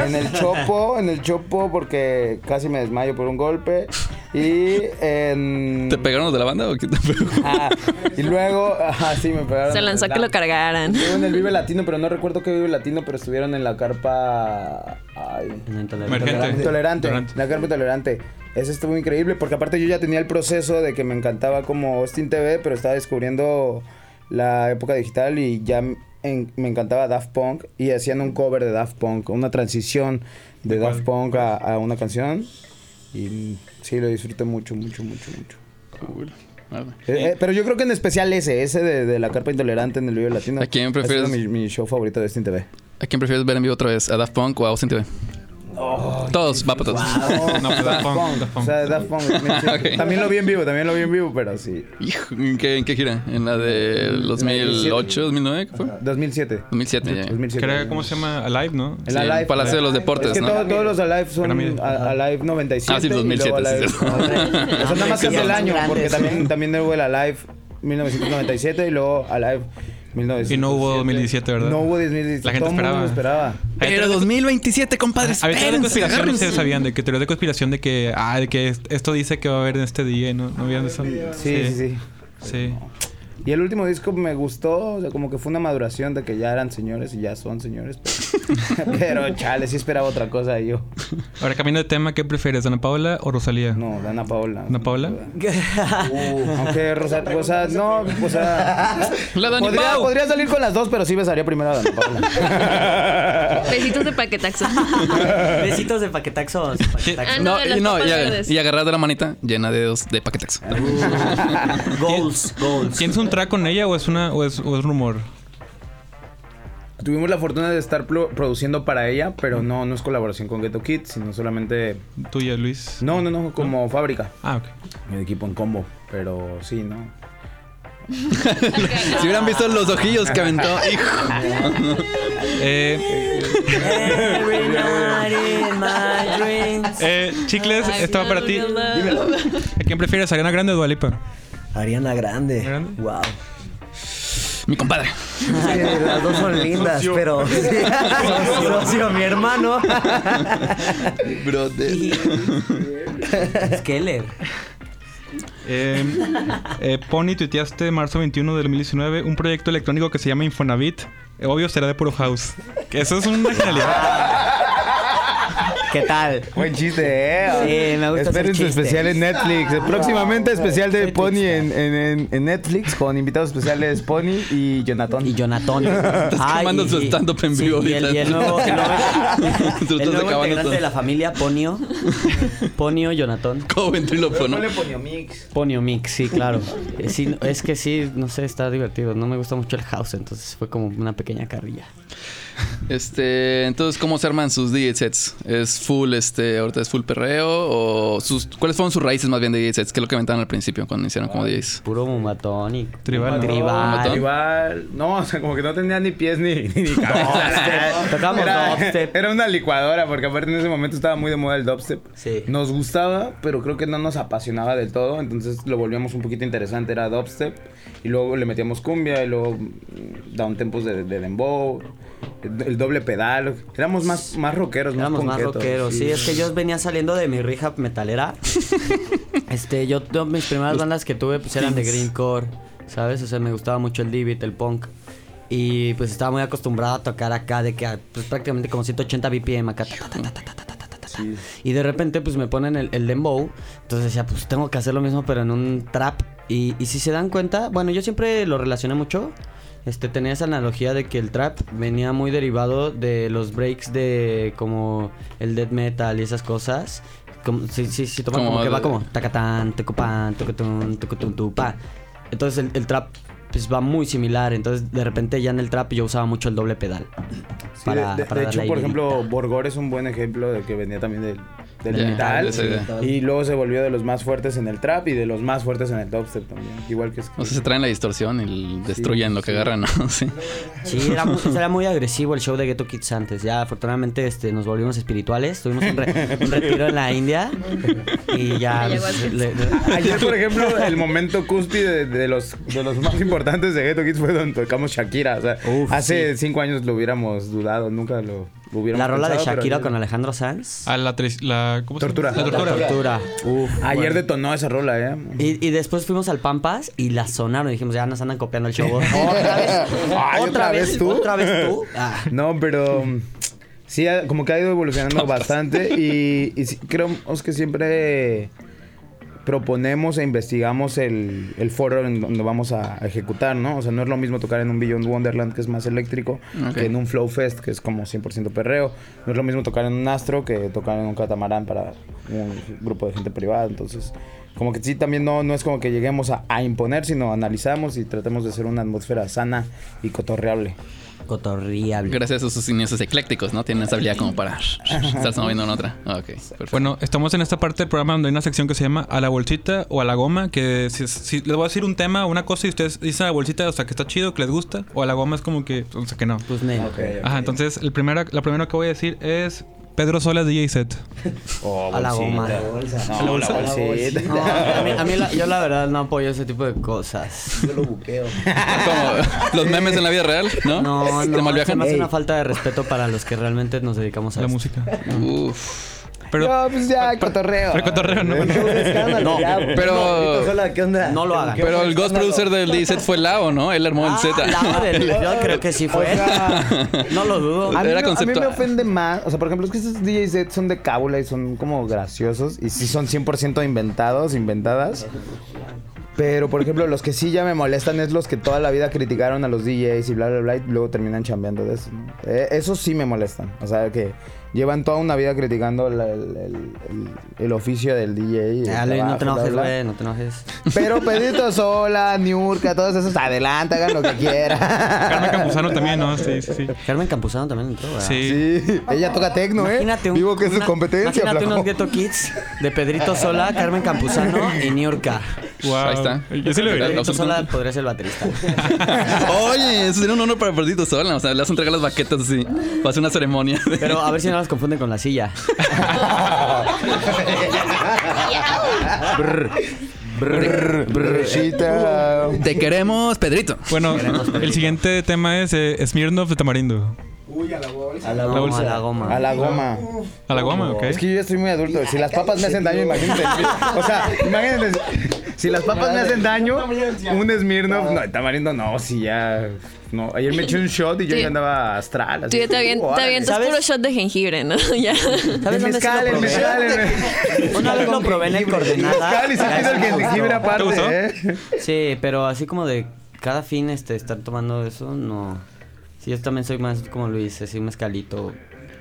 en el Chopo, en el Chopo, porque casi me desmayo por un golpe. Y en. ¿Te pegaron los de la banda o qué te pegó? Ah, y luego. Ajá, sí, me pegaron. Se lanzó a que lo cargaran. Estuvo en el Vive Latino, pero no recuerdo qué Vive Latino, pero estuvieron en la carpa. Ay. Intolerante. Tolerante. La carpa tolerante. Eso estuvo increíble porque aparte yo ya tenía el proceso de que me encantaba como Austin TV, pero estaba descubriendo la época digital y ya m- en- me encantaba Daft Punk y hacían un cover de Daft Punk, una transición de Daft Punk a, a una canción y mm, sí lo disfruté mucho, mucho, mucho, mucho. Eh, eh, pero yo creo que en especial ese, ese de, de la carpa intolerante en el video latino. ¿A quién ha sido prefieres? Mi, mi show favorito de Austin TV. ¿A quién prefieres ver en vivo otra vez? ¿A Daft Punk o a Austin TV? todos, va para todos. No, pues Daft Punk, Daft O Punk. sea, Daft Ah, Punk. también, sí. Ok. También lo vi en vivo, también lo vi en vivo, pero sí. Hijo, ¿En qué, en qué gira? ¿En la de 2008, 2009? ¿Qué fue? 2007. 2007, ya. Que era, ¿Cómo se llama? Alive, ¿no? El Sí, Alive. el Palacio de los Deportes, Es que ¿no? todo- todos los Alive son Pirámide. a- Alive 97. Ah, sí, 2007, y luego Alive- sí, sí. O sea, nada más Ah, Sí, cambia el son año, grandes, porque ¿no? también, también hubo el Alive 1997 y luego Alive 1997. Y no hubo 2017, ¿verdad? Ah, No hubo 2017. La gente todo el mundo lo esperaba. esperaba. Pero 2027, compadres. Había teorías de espérense, conspiración, agárrense. ustedes sabían de que teorías de conspiración de que, ah, de que est- esto dice que va a haber en este día y no, no vieron eso. Sí, sí, sí. Sí. Y el último disco me gustó, o sea, como que fue una maduración de que ya eran señores y ya son señores. Pero, pero, chale, sí esperaba otra cosa yo. Ahora, cambiando de tema, ¿qué prefieres, Ana Paola o Rosalía? No, Ana Paola. Uh. ¿Ana Paola? Aunque Rosa, o sea, no, o sea, podría, podría salir con las dos, pero sí besaría primero a Dani Paula. Besitos de paquetaxo. Besitos de paquetaxos. Ah, no, No, de y, las no, papas y, aga- verdes. Ah, y agarrar de la manita llena de dedos de paquetex. Goals, goals. ¿Tienes un track con ella o es, una, o es, o es rumor? Tuvimos la fortuna de estar pro- produciendo para ella, pero no, no es colaboración con Ghetto Kids, sino solamente... ¿Tuya, Luis? No, no, no, como fábrica. Ah, ok. Mi equipo en combo, pero sí, ¿no? Si hubieran visto los ojillos que aventó, hijo. Eh, Every night in my dreams. Eh, Chicles, estaba para ti. ¿A quién prefieres, Ariana Grande o Dualipa? Ariana Grande. Wow. Mi compadre. las dos son lindas, pero. Socio, mi hermano. Skeller. Eh, eh, Pony, tuiteaste marzo 21 de 2019 un proyecto electrónico que se llama Infonavit. Eh, Obvio será de puro house. Que eso es una genialidad. ¿Qué tal? Buen chiste, ¿eh? Sí, me gusta Ah. Esperen hacer su chistes. especial en Netflix. Próximamente especial de Pony en, en- en- en Netflix con invitados especiales Pony y Jonathan. Y Jonathan. Estás quemando su stand-up en vivo Y el, ahorita. y el nuevo, el nuevo- Tú el estás nuevo acabando integrante todo. de la familia, Ponio. Ponio Jonathan. Como ventríloco, ¿no? Ponio Mix, sí, claro. Eh, sí, es que sí, no sé, está divertido. No me gusta mucho el house, entonces fue como una pequeña carrilla. Este, entonces, ¿cómo se arman sus DJ sets? ¿Es full, este, ahorita es full perreo? ¿O sus, cuáles fueron sus raíces más bien de DJ sets? Que es lo que aventaban al principio cuando iniciaron como DJs. Puro mumatón y Tribal. Tribal. Tribal. No, o sea, como que no tenía ni pies ni, ni, ni cabeza. Tocábamos era, dubstep. era una licuadora, porque aparte en ese momento estaba muy de moda el dubstep. Nos gustaba, pero creo que no nos apasionaba del todo. Entonces lo volvíamos un poquito interesante. Era dubstep. Y luego le metíamos cumbia. Y luego mm, down tempos de, de dembow. El, el doble pedal. Éramos más, más rockeros, Éramos más más punketos. rockeros, sí. es que yo venía saliendo de mi rija metalera. este, yo, yo- mis primeras bandas que tuve pues eran de teens. greencore, ¿sabes? O sea, me gustaba mucho el divot, el punk. Y pues estaba muy acostumbrado a tocar acá de que pues, prácticamente como 180 BPM acá. ta, ta, ta, ta, ta, ta, ta, ta, ta, ta. Y de repente pues me ponen el, el dembow. Entonces decía, pues tengo que hacer lo mismo pero en un trap. Y, y si se dan cuenta, bueno, yo siempre lo relacioné mucho. Este, tenía esa analogía de que el trap venía muy derivado de los breaks de como el death metal y esas cosas. Como, sí, sí, sí, toman Como como, que va de- como tacatán, tucupán, tucutun, tucutun, tupá. Entonces el, el trap pues va muy similar. Entonces de repente ya en el trap yo usaba mucho el doble pedal. Sí, de- de, de hecho, por ejemplo, Borgor es un buen ejemplo de que venía también del, del Ya, metal. de esa idea. Y luego se volvió de los más fuertes en el trap y de los más fuertes en el dubstep también. Igual que es O sea, se traen la distorsión y destruyen lo que agarran, ¿no? Sí. Sí, era muy, era muy agresivo el show de Ghetto Kids antes. Ya afortunadamente este, nos volvimos espirituales. Tuvimos un, re- un retiro en la India. Y ya. pues, le- le- Ayer, por ejemplo, el momento cúspide de, de los, de los más importantes de Ghetto Kids fue donde tocamos Shakira. O sea, hace cinco años lo hubiéramos dudado, nunca lo hubiéramos La rola de pensado, pero Shakira ayer- con Alejandro Sanz. Ah, A Ah, la, tres- la ¿cómo se llama? Tortura. La tortura. Ayer detonó esa rola, ¿eh? Y, y después fuimos al Pampas y la sonaron. Y dijimos, ya nos andan copiando el show. Otra vez. Ay, otra vez tú. Otra vez tú. Ah, No, pero mm, sí, ha- como que ha ido evolucionando bastante y, y sí, creemos que siempre proponemos e investigamos el, el foro en donde vamos a ejecutar, ¿no? O sea, no es lo mismo tocar en un Beyond Wonderland que es más eléctrico Ok. que en un Flow Fest que es como 100% perreo. No es lo mismo tocar en un astro que tocar en un catamarán para un grupo de gente privada. Entonces, como que sí, también no, no es como que lleguemos a, a imponer, sino analizamos y tratamos de hacer una atmósfera sana y cotorreable. Cotorreable. Gracias a sus inicios eclécticos, ¿no? Tienen esa habilidad como para estarse moviendo en otra. Ah, Ok, perfecto. Bueno, estamos en esta parte del programa donde hay una sección que se llama A la bolsita o a la goma, que si, si les voy a decir un tema o una cosa y ustedes dicen a la bolsita, o sea, que está chido, que les gusta, o a la goma es como que, o sea, que no. Pues no. Ajá, entonces el primera, la primera que voy a decir es Pedro Solas DJ set. A la No, goma. la bolsa. No, a mí, a mí la- yo la verdad no apoyo ese tipo de cosas. Yo lo buqueo. Los memes en la vida real, ¿no? Este, No, Este ¿Te no, malviajan? se me hace Ey. una falta de respeto para los que realmente nos dedicamos a la música. Uf. Pero, no, pues ya, cotorreo. Pero cotorreo, ¿no? No, pero- ¿Qué onda? No lo hagan. Pero el ghost producer del DJ set fue Lao, ¿no? Él armó Ah, el set. Lao del- yo creo que sí fue. no lo dudo. A mí, Era me, a mí me conceptual. ofende más. O sea, por ejemplo, es que estos DJ sets son de cábula y son como graciosos. Y sí son 100% inventados, inventadas. Pero, por ejemplo, los que sí ya me molestan es los que toda la vida criticaron a los DJs y bla, bla, bla. Y luego terminan chambeando de eso. ¿no? Eh, esos sí me molestan. O sea, que llevan toda una vida criticando la- el, el- el- el oficio del DJ. el Ya, Luis, no trabajo, te bla, enojes, bla. güey, no te enojes. Pero Pedrito Sola, Niurka, todos esos, adelante, hagan lo que quieran. Carmen Campuzano también, ¿no? Sí, sí, sí. Carmen Campuzano también entró, ¿verdad? Sí. Ella toca tecno, ¿eh? Vivo que es su una- competencia, Imagínate flaco. unos Ghetto Kids de Pedrito Sola, Carmen Campuzano y Niurka. Wow. Ahí está. Yo sí lo vería. Pedrito Sola podría ser el baterista. Oye, eso sería un honor para Pedrito Sola. O sea, le vas a entregar las baquetas así. Va a ser una ceremonia. Pero a ver si no las confunden con la silla. Te queremos, Pedrito. Bueno, el siguiente tema es eh, Smirnoff de Tamarindo. A la La bolsa. goma, a la A la goma. goma. A la goma, ok. Oh, Es que yo ya estoy muy adulto. Si las papas me hacen daño, imagínense. O sea, imagínense. Si las papas me hacen daño, un Smirnoff. No, el tamarindo no, si ya. No, ayer me eché un shot y yo Sí. ya andaba astral. Tú ya te avien- te avientas puro shot de jengibre, ¿no? Ya. ¿Sabes dónde sí lo probé? Una vez lo probé en el Coordenada. Mezcal y se Ya quita eso el me gustó. jengibre aparte, ¿Te gustó? ¿eh? Sí, pero así como de cada fin este, estar tomando eso, no. Sí, yo también soy más como Luis, así un mezcalito.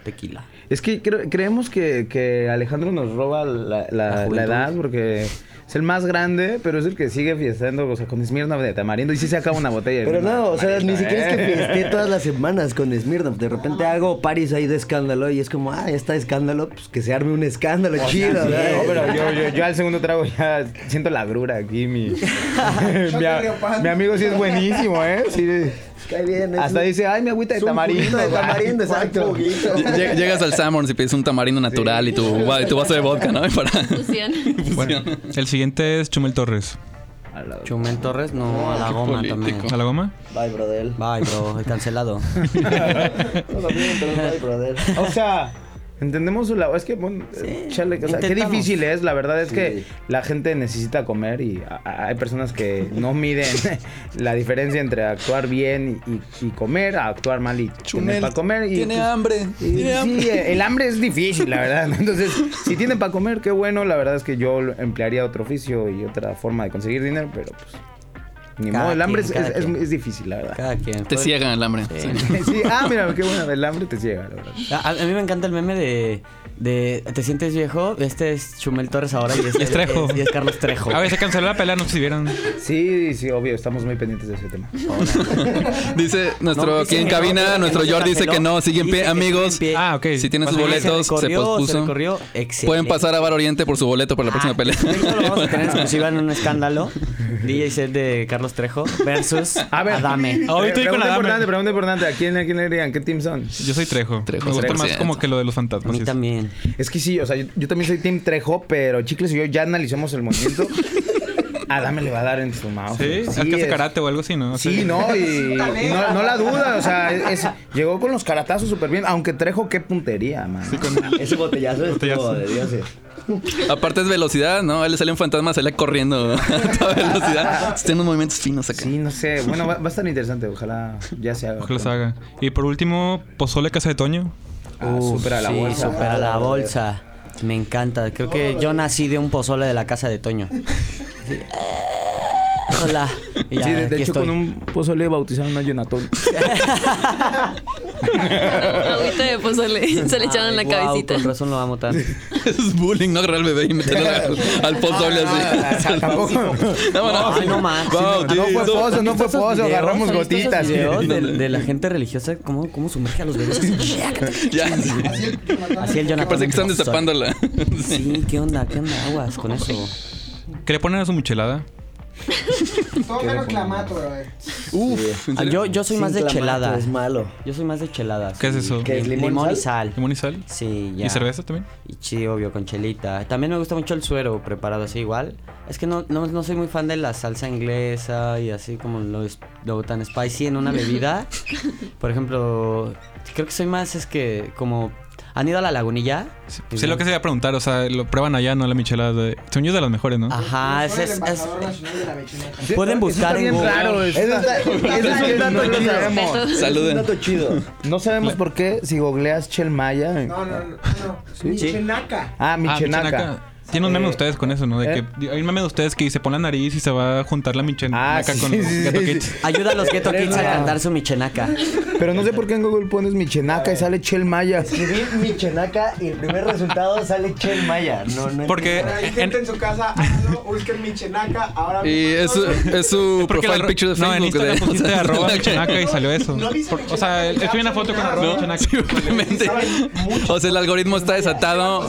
tequila. Es que cre- creemos que, que Alejandro nos roba la, la- juventud. la edad porque es el más grande, pero es el que sigue fiestando, o sea, con Esmirna de tamarindo y sí se acaba una botella. de Pero Smirnoff no, o sea, tamarindo, ni siquiera es que ¿eh? fiesté todas las semanas con Smirnoff. De repente hago paris ahí de escándalo y es como, ah, ya está escándalo, pues que se arme un escándalo O sea, chido, sí, ¿verdad? no, pero yo, yo- yo al segundo trago ya siento la grura aquí. Mi, mi, a- Leopardo. mi amigo sí es buenísimo, ¿eh? Sí. Cae bien, es Hasta un- dice, ay, mi agüita de es un tamarindo. juguito de güey". tamarindo, exacto. Lle- Llegas al Sanborns y pides un tamarindo natural y tu, va- y tu vaso de vodka, ¿no? Para- Bueno, el siguiente es Chumel Torres. Chumel Torres, no, a la Qué goma político. también. ¿A la goma? Bye, brother. Bye, bro, cancelado. O sea, entendemos su labor. Es que, bueno, chale, o sea, qué intentamos. difícil es. La verdad es que Sí. la gente necesita comer y a- a- hay personas que no miden la diferencia entre actuar bien y, y comer a actuar mal y Chumel, tener para comer. Y, tiene pues, hambre, y tiene sí, hambre. el hambre es difícil, la verdad. ¿no? Entonces, si tienen para comer, qué bueno. La verdad es que yo lo- emplearía otro oficio y otra forma de conseguir dinero, pero pues. Ni Cada modo, el hambre es- quien, cada es- es, quien. es difícil, la verdad. Cada quien. pues. Te ciega el hambre. Sí. Sí, ah, mira, qué bueno, el hambre te ciega, la verdad. A, a mí me encanta el meme de, de ¿Te sientes viejo? Este es Chumel Torres ahora y este Es Trejo. y es Carlos Trejo. A ver, se canceló la pelea, no sé si vieron. Eh, Sí, sí, obvio, estamos muy pendientes de ese tema. Dice nuestro No, aquí dicen en que no, cabina, dicen que nuestro no se George dice que canceló. no, siguen Dice que pie, amigos. sigue en pie. Ah, ok. Si tienen sus Se le boletos, se, corrió, Se le pospuso. corrió. Excelente. Pueden pasar a Bar Oriente por su boleto para la próxima pelea. Esto Ah, lo vamos a tener exclusiva en un escándalo. DJ set de Carlos Trejo versus Adame. pregunta importante, pregunta importante. ¿A quién, a quién le dirían? ¿Qué team son? Yo soy Trejo. Trejo, Me gusta 100%. más como que lo de los fantasmas. sí. también. Es que sí, o sea, yo, yo también soy team Trejo, pero Chicles y yo ya analizamos el movimiento. Adame le va a dar en su mouse. Sí, es que hace es- karate o algo así, ¿no? Sí, no, y, y no, no la duda, o sea, es- es- llegó con los caratazos súper bien, aunque Trejo qué puntería, man. Ese botellazo, Botellazo. es de dioses. Aparte es velocidad, ¿no? A él le sale un fantasma, sale corriendo a toda velocidad. Tiene unos movimientos finos acá. Sí, no sé, bueno, va, va a estar interesante, ojalá ya se haga. Ojalá se haga. Y por último, Pozole Casa de Toño. Ah, Uf, supera la sí, bolsa. supera la bolsa. Me encanta. Creo que yo nací de un pozole de la casa de Toño. Sí. Hola. Y ya, sí, de, de aquí hecho, estoy. con un pozole bautizaron a Jonathan. Agüita de pozole. Se le echaron en la Ay, guau, cabecita. Con razón lo amo tanto. Es bullying, ¿no? Agarrar al bebé y meterlo al, al pozole Ah, Ah, así. No, no, Ay, no más. Wow, No fue pozo, no fue pozo, agarramos ¿Has visto esos gotitas. videos de, de la gente religiosa, ¿cómo, cómo sumerge a los bebés? Ya. Así el Jonathan. Parece que están destapándola. Sí, ¿qué onda? ¿Qué onda? Aguas con eso. ¿Qué le ponen a su michelada? Todo menos clamato, bro. Uf. ¿en serio? Ah, yo, yo soy Sin más de clamato, chelada. es malo. Yo soy más de chelada. ¿Qué es eso? ¿Qué es, limón y limón, y sal? ¿Limón y sal? Sí, ya. ¿Y cerveza también? Y sí, obvio, con chelita. También me gusta mucho el suero preparado así igual. Es que no, no, no soy muy fan de la salsa inglesa y así como lo, es- lo tan spicy en una bebida. Por ejemplo, creo que soy más es que como... ¿Han ido a la lagunilla? Pues Sé ya- lo que se iba a preguntar, o sea, lo prueban allá, ¿no? La michelada. De... Según yo es de las mejores, Ah, ¿no? Ah, Ajá, es, Soy el es, es- embajador nacional de la vechineta. Pueden buscar Está en bien Google. raro. Eso está- eso es un dato que no sabemos. Saluden. Dato chido. No sabemos por qué si googleas Chelmaya. eh. No, no, no. no. Michenaca. Ah, Ah, Michenaca. michenaca. Tienen un meme de ustedes con eso, ¿no? De ¿Eh? que hay un meme de ustedes que dice pon la nariz y se va a juntar la michenaca Ah, sí, con sí, los sí, Gato sí, Kids. sí. Ayuda a los Ghetto Kids a cantar su michenaca. Pero no sé por qué en Google pones Michenaca y sale Chelmaya. Escribí Michenaca y el primer resultado sale Chel Maya. No, no Porque Para la gente en su casa, háganlo, busquen Michenaca. Ahora Y es su, es su Porque profile la- picture de No, en Facebook. Instagram de- pusiste arroba michenaca y salió eso. No dice Por- o sea, él- él tiene una foto con arroba michenaca. Simplemente. O sea, el algoritmo está desatado.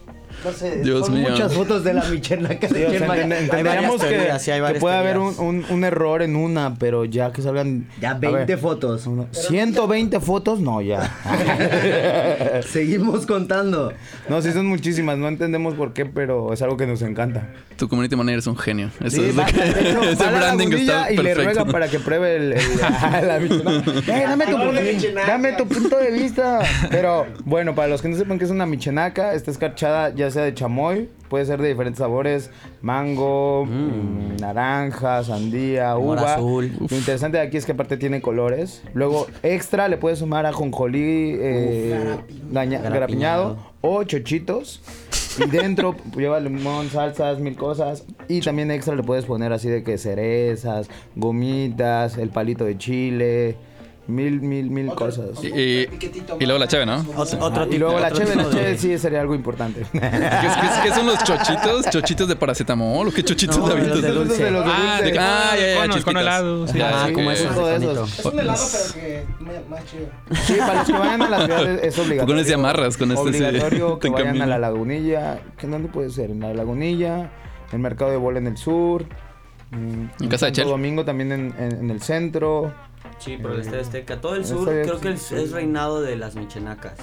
No sé, Dios son mío. muchas fotos de la michenaca. Sí, o sea, enten- Entenderíamos varias que, teorías, sí, hay que varias puede haber un, teorías. un- un error en una, pero ya que salgan. Ya a 20 ver, fotos. 120 fotos, no, ya. Seguimos contando. No, sí, son muchísimas, no entendemos por qué, pero es algo que nos encanta. Tu community manager es un genio. Eso Sí, es va- de hecho, ese va a la branding lagunilla está y le ruega perfecto. para que pruebe el, el- la michenaca. Eh, dame, tu, Olor de michenaca. dame tu punto de vista. Pero bueno, para los que no sepan qué es una michenaca, está escarchada ya sea de chamoy, puede ser de diferentes sabores, mango, mm, naranja, sandía, Amor uva. azul. Lo interesante de aquí es que aparte tiene colores. Luego extra le puedes sumar a jonjolí eh, daña- Garapiñado. garapiñado o chochitos. Y dentro lleva limón, salsas, mil cosas. Y también extra le puedes poner así de que cerezas, gomitas, el palito de chile, mil, mil, mil cosas. Y, y- y luego la cheve, ¿no? Ah, y luego la cheve, la cheve sí sería algo importante. ¿Qué, qué- qué son los chochitos? ¿Chochitos de paracetamol o qué chochitos No, te los de avientas? dulce. Los de los de Ah, dulce. de- ah, ya, ya, Con- con chusquitas. helado, sí. Ya, Ajá, ok. como esos, Justo de esos. Es un helado, pero que me- más chido. Sí, para los que vayan a la ciudad es- es obligatorio. Con ese amarras, con este sí, Obligatorio te que vayan encamina. a la lagunilla. ¿Qué dónde puede ser? En la lagunilla, en el mercado de bola en el sur. En, Casa de Santo Chel. Domingo también en, en- en el centro. Sí, por el Eh, Estadio Azteca. Todo el sur Estadio creo que es, Azteca. es reinado de las michenacas.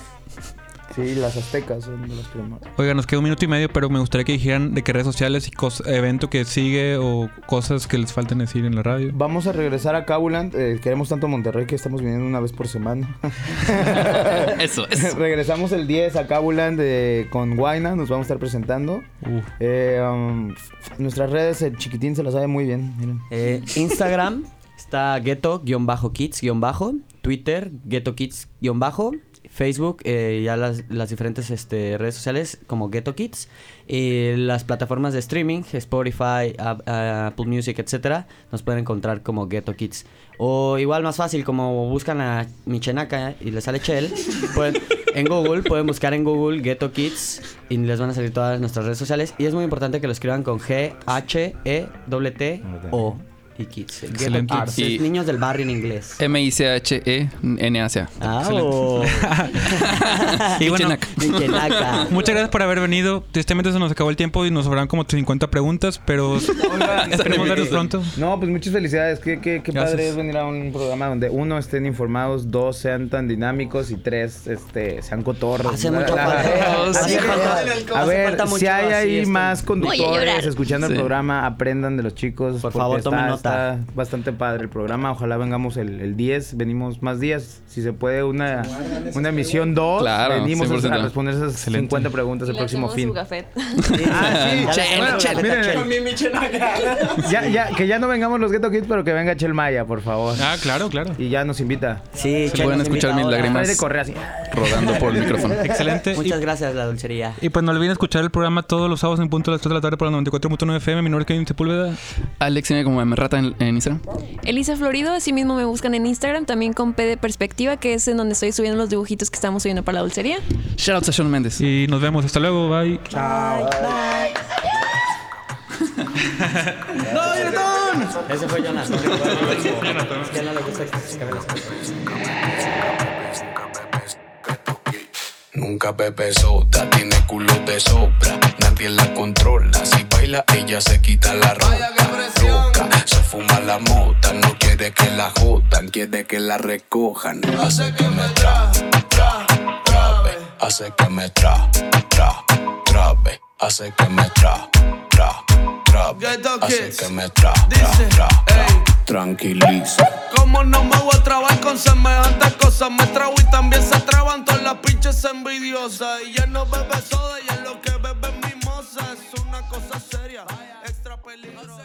Sí, las aztecas son de las primeras. Oiga, nos queda un minuto y medio, pero me gustaría que dijeran de qué redes sociales y cos- evento que sigue o cosas que les falten decir en la radio. Vamos a regresar a Cabuland. eh, queremos tanto Monterrey que estamos viniendo una vez por semana. Eso, eso. Regresamos el 10 a Cabuland eh, con Guaina. Nos vamos a estar presentando. Eh, um, nuestras redes, el chiquitín se las sabe muy bien. Miren. Eh, Instagram está ghetto-kids- bajo Twitter ghetto-kids- Facebook, eh, ya las, las diferentes este, redes sociales como Ghetto Kids, y las plataformas de streaming, Spotify, Ab- ah, Apple Music, etcétera, nos pueden encontrar como Ghetto Kids. O igual más fácil, como buscan a Michenaca y les sale Chel, pueden- en Google, pueden buscar en Google Ghetto Kids y les van a salir todas nuestras redes sociales. Y es muy importante que lo escriban con G, H, E, W, T, O y Kids. Ghetto Excelente. Kids, Y- es niños del barrio en inglés. E M-I-C-H-E-N-A-C-A. oh. Y bueno, Michenaca. muchas gracias por haber venido. Tristemente se nos acabó el tiempo y nos sobraron como 50 preguntas, pero esperemos verlos pronto. No, pues muchas felicidades. Qué, qué, qué Gracias. padre es venir a un programa donde uno estén informados, dos sean tan dinámicos y tres este, sean cotorros. Hace La- mucho la- falta. la- Hace la- falta- A hace ver, falta si mucho hay así, ahí este. más Voy a llorar. conductores escuchando Sí. el programa, aprendan de los chicos. Por favor, tomen nota. Está bastante padre el programa. Ojalá vengamos el, el 10, venimos más días. Si se puede, una, una emisión 2. Claro, venimos a- 100%. a responder esas 50 preguntas el Le próximo hacemos fin. su gafet. Ah, sí. Chel, Bueno, chel, miren, chel. Con mi michenaca. ya, ya, que ya no vengamos los Ghetto Kids, pero que venga Chel Maya, por favor. Ah, claro, claro. Y ya nos invita. Sí, Chel pueden nos escuchar invita mis ahora. lágrimas. de correa así. Rodando por el micrófono. Excelente. Muchas gracias, la dulcería. Y pues no olviden escuchar el programa todos los sábados en punto a las 3 de la tarde por la 94.9 FM. Mi nombre es Kevin Sepúlveda. Alex tiene como me rata en, en Instagram. Elisa Florido, así mismo me buscan en Instagram, también con P de Perspectiva, que es en donde estoy subiendo los dibujitos que estamos subiendo para la dulcería. Shoutouts a Sean Méndez. Y nos vemos. Hasta luego. Bye. Chao. ¡No, Jonathan! Ese fue Jonathan. Es que no le gusta que se acaben las cosas. Nunca Pepe Sota tiene culo de sobra, nadie la controla. Si baila, ella se quita la ropa. Loca, se fuma la mota, no quiere que la jodan, quiere que la recojan. Hace que me tra, tra, trabe, hace que me tra, tra, trabe, hace que me tra, tra, trabe, hace que me tra, tra, tra, tra. tranquiliza. Como no me voy a trabar con semejantes cosas, me trago y también se traban todas las pinches envidiosas. Y ya no bebe soda, ya lo que bebe es mimosa. Es una cosa seria, extra peligrosa.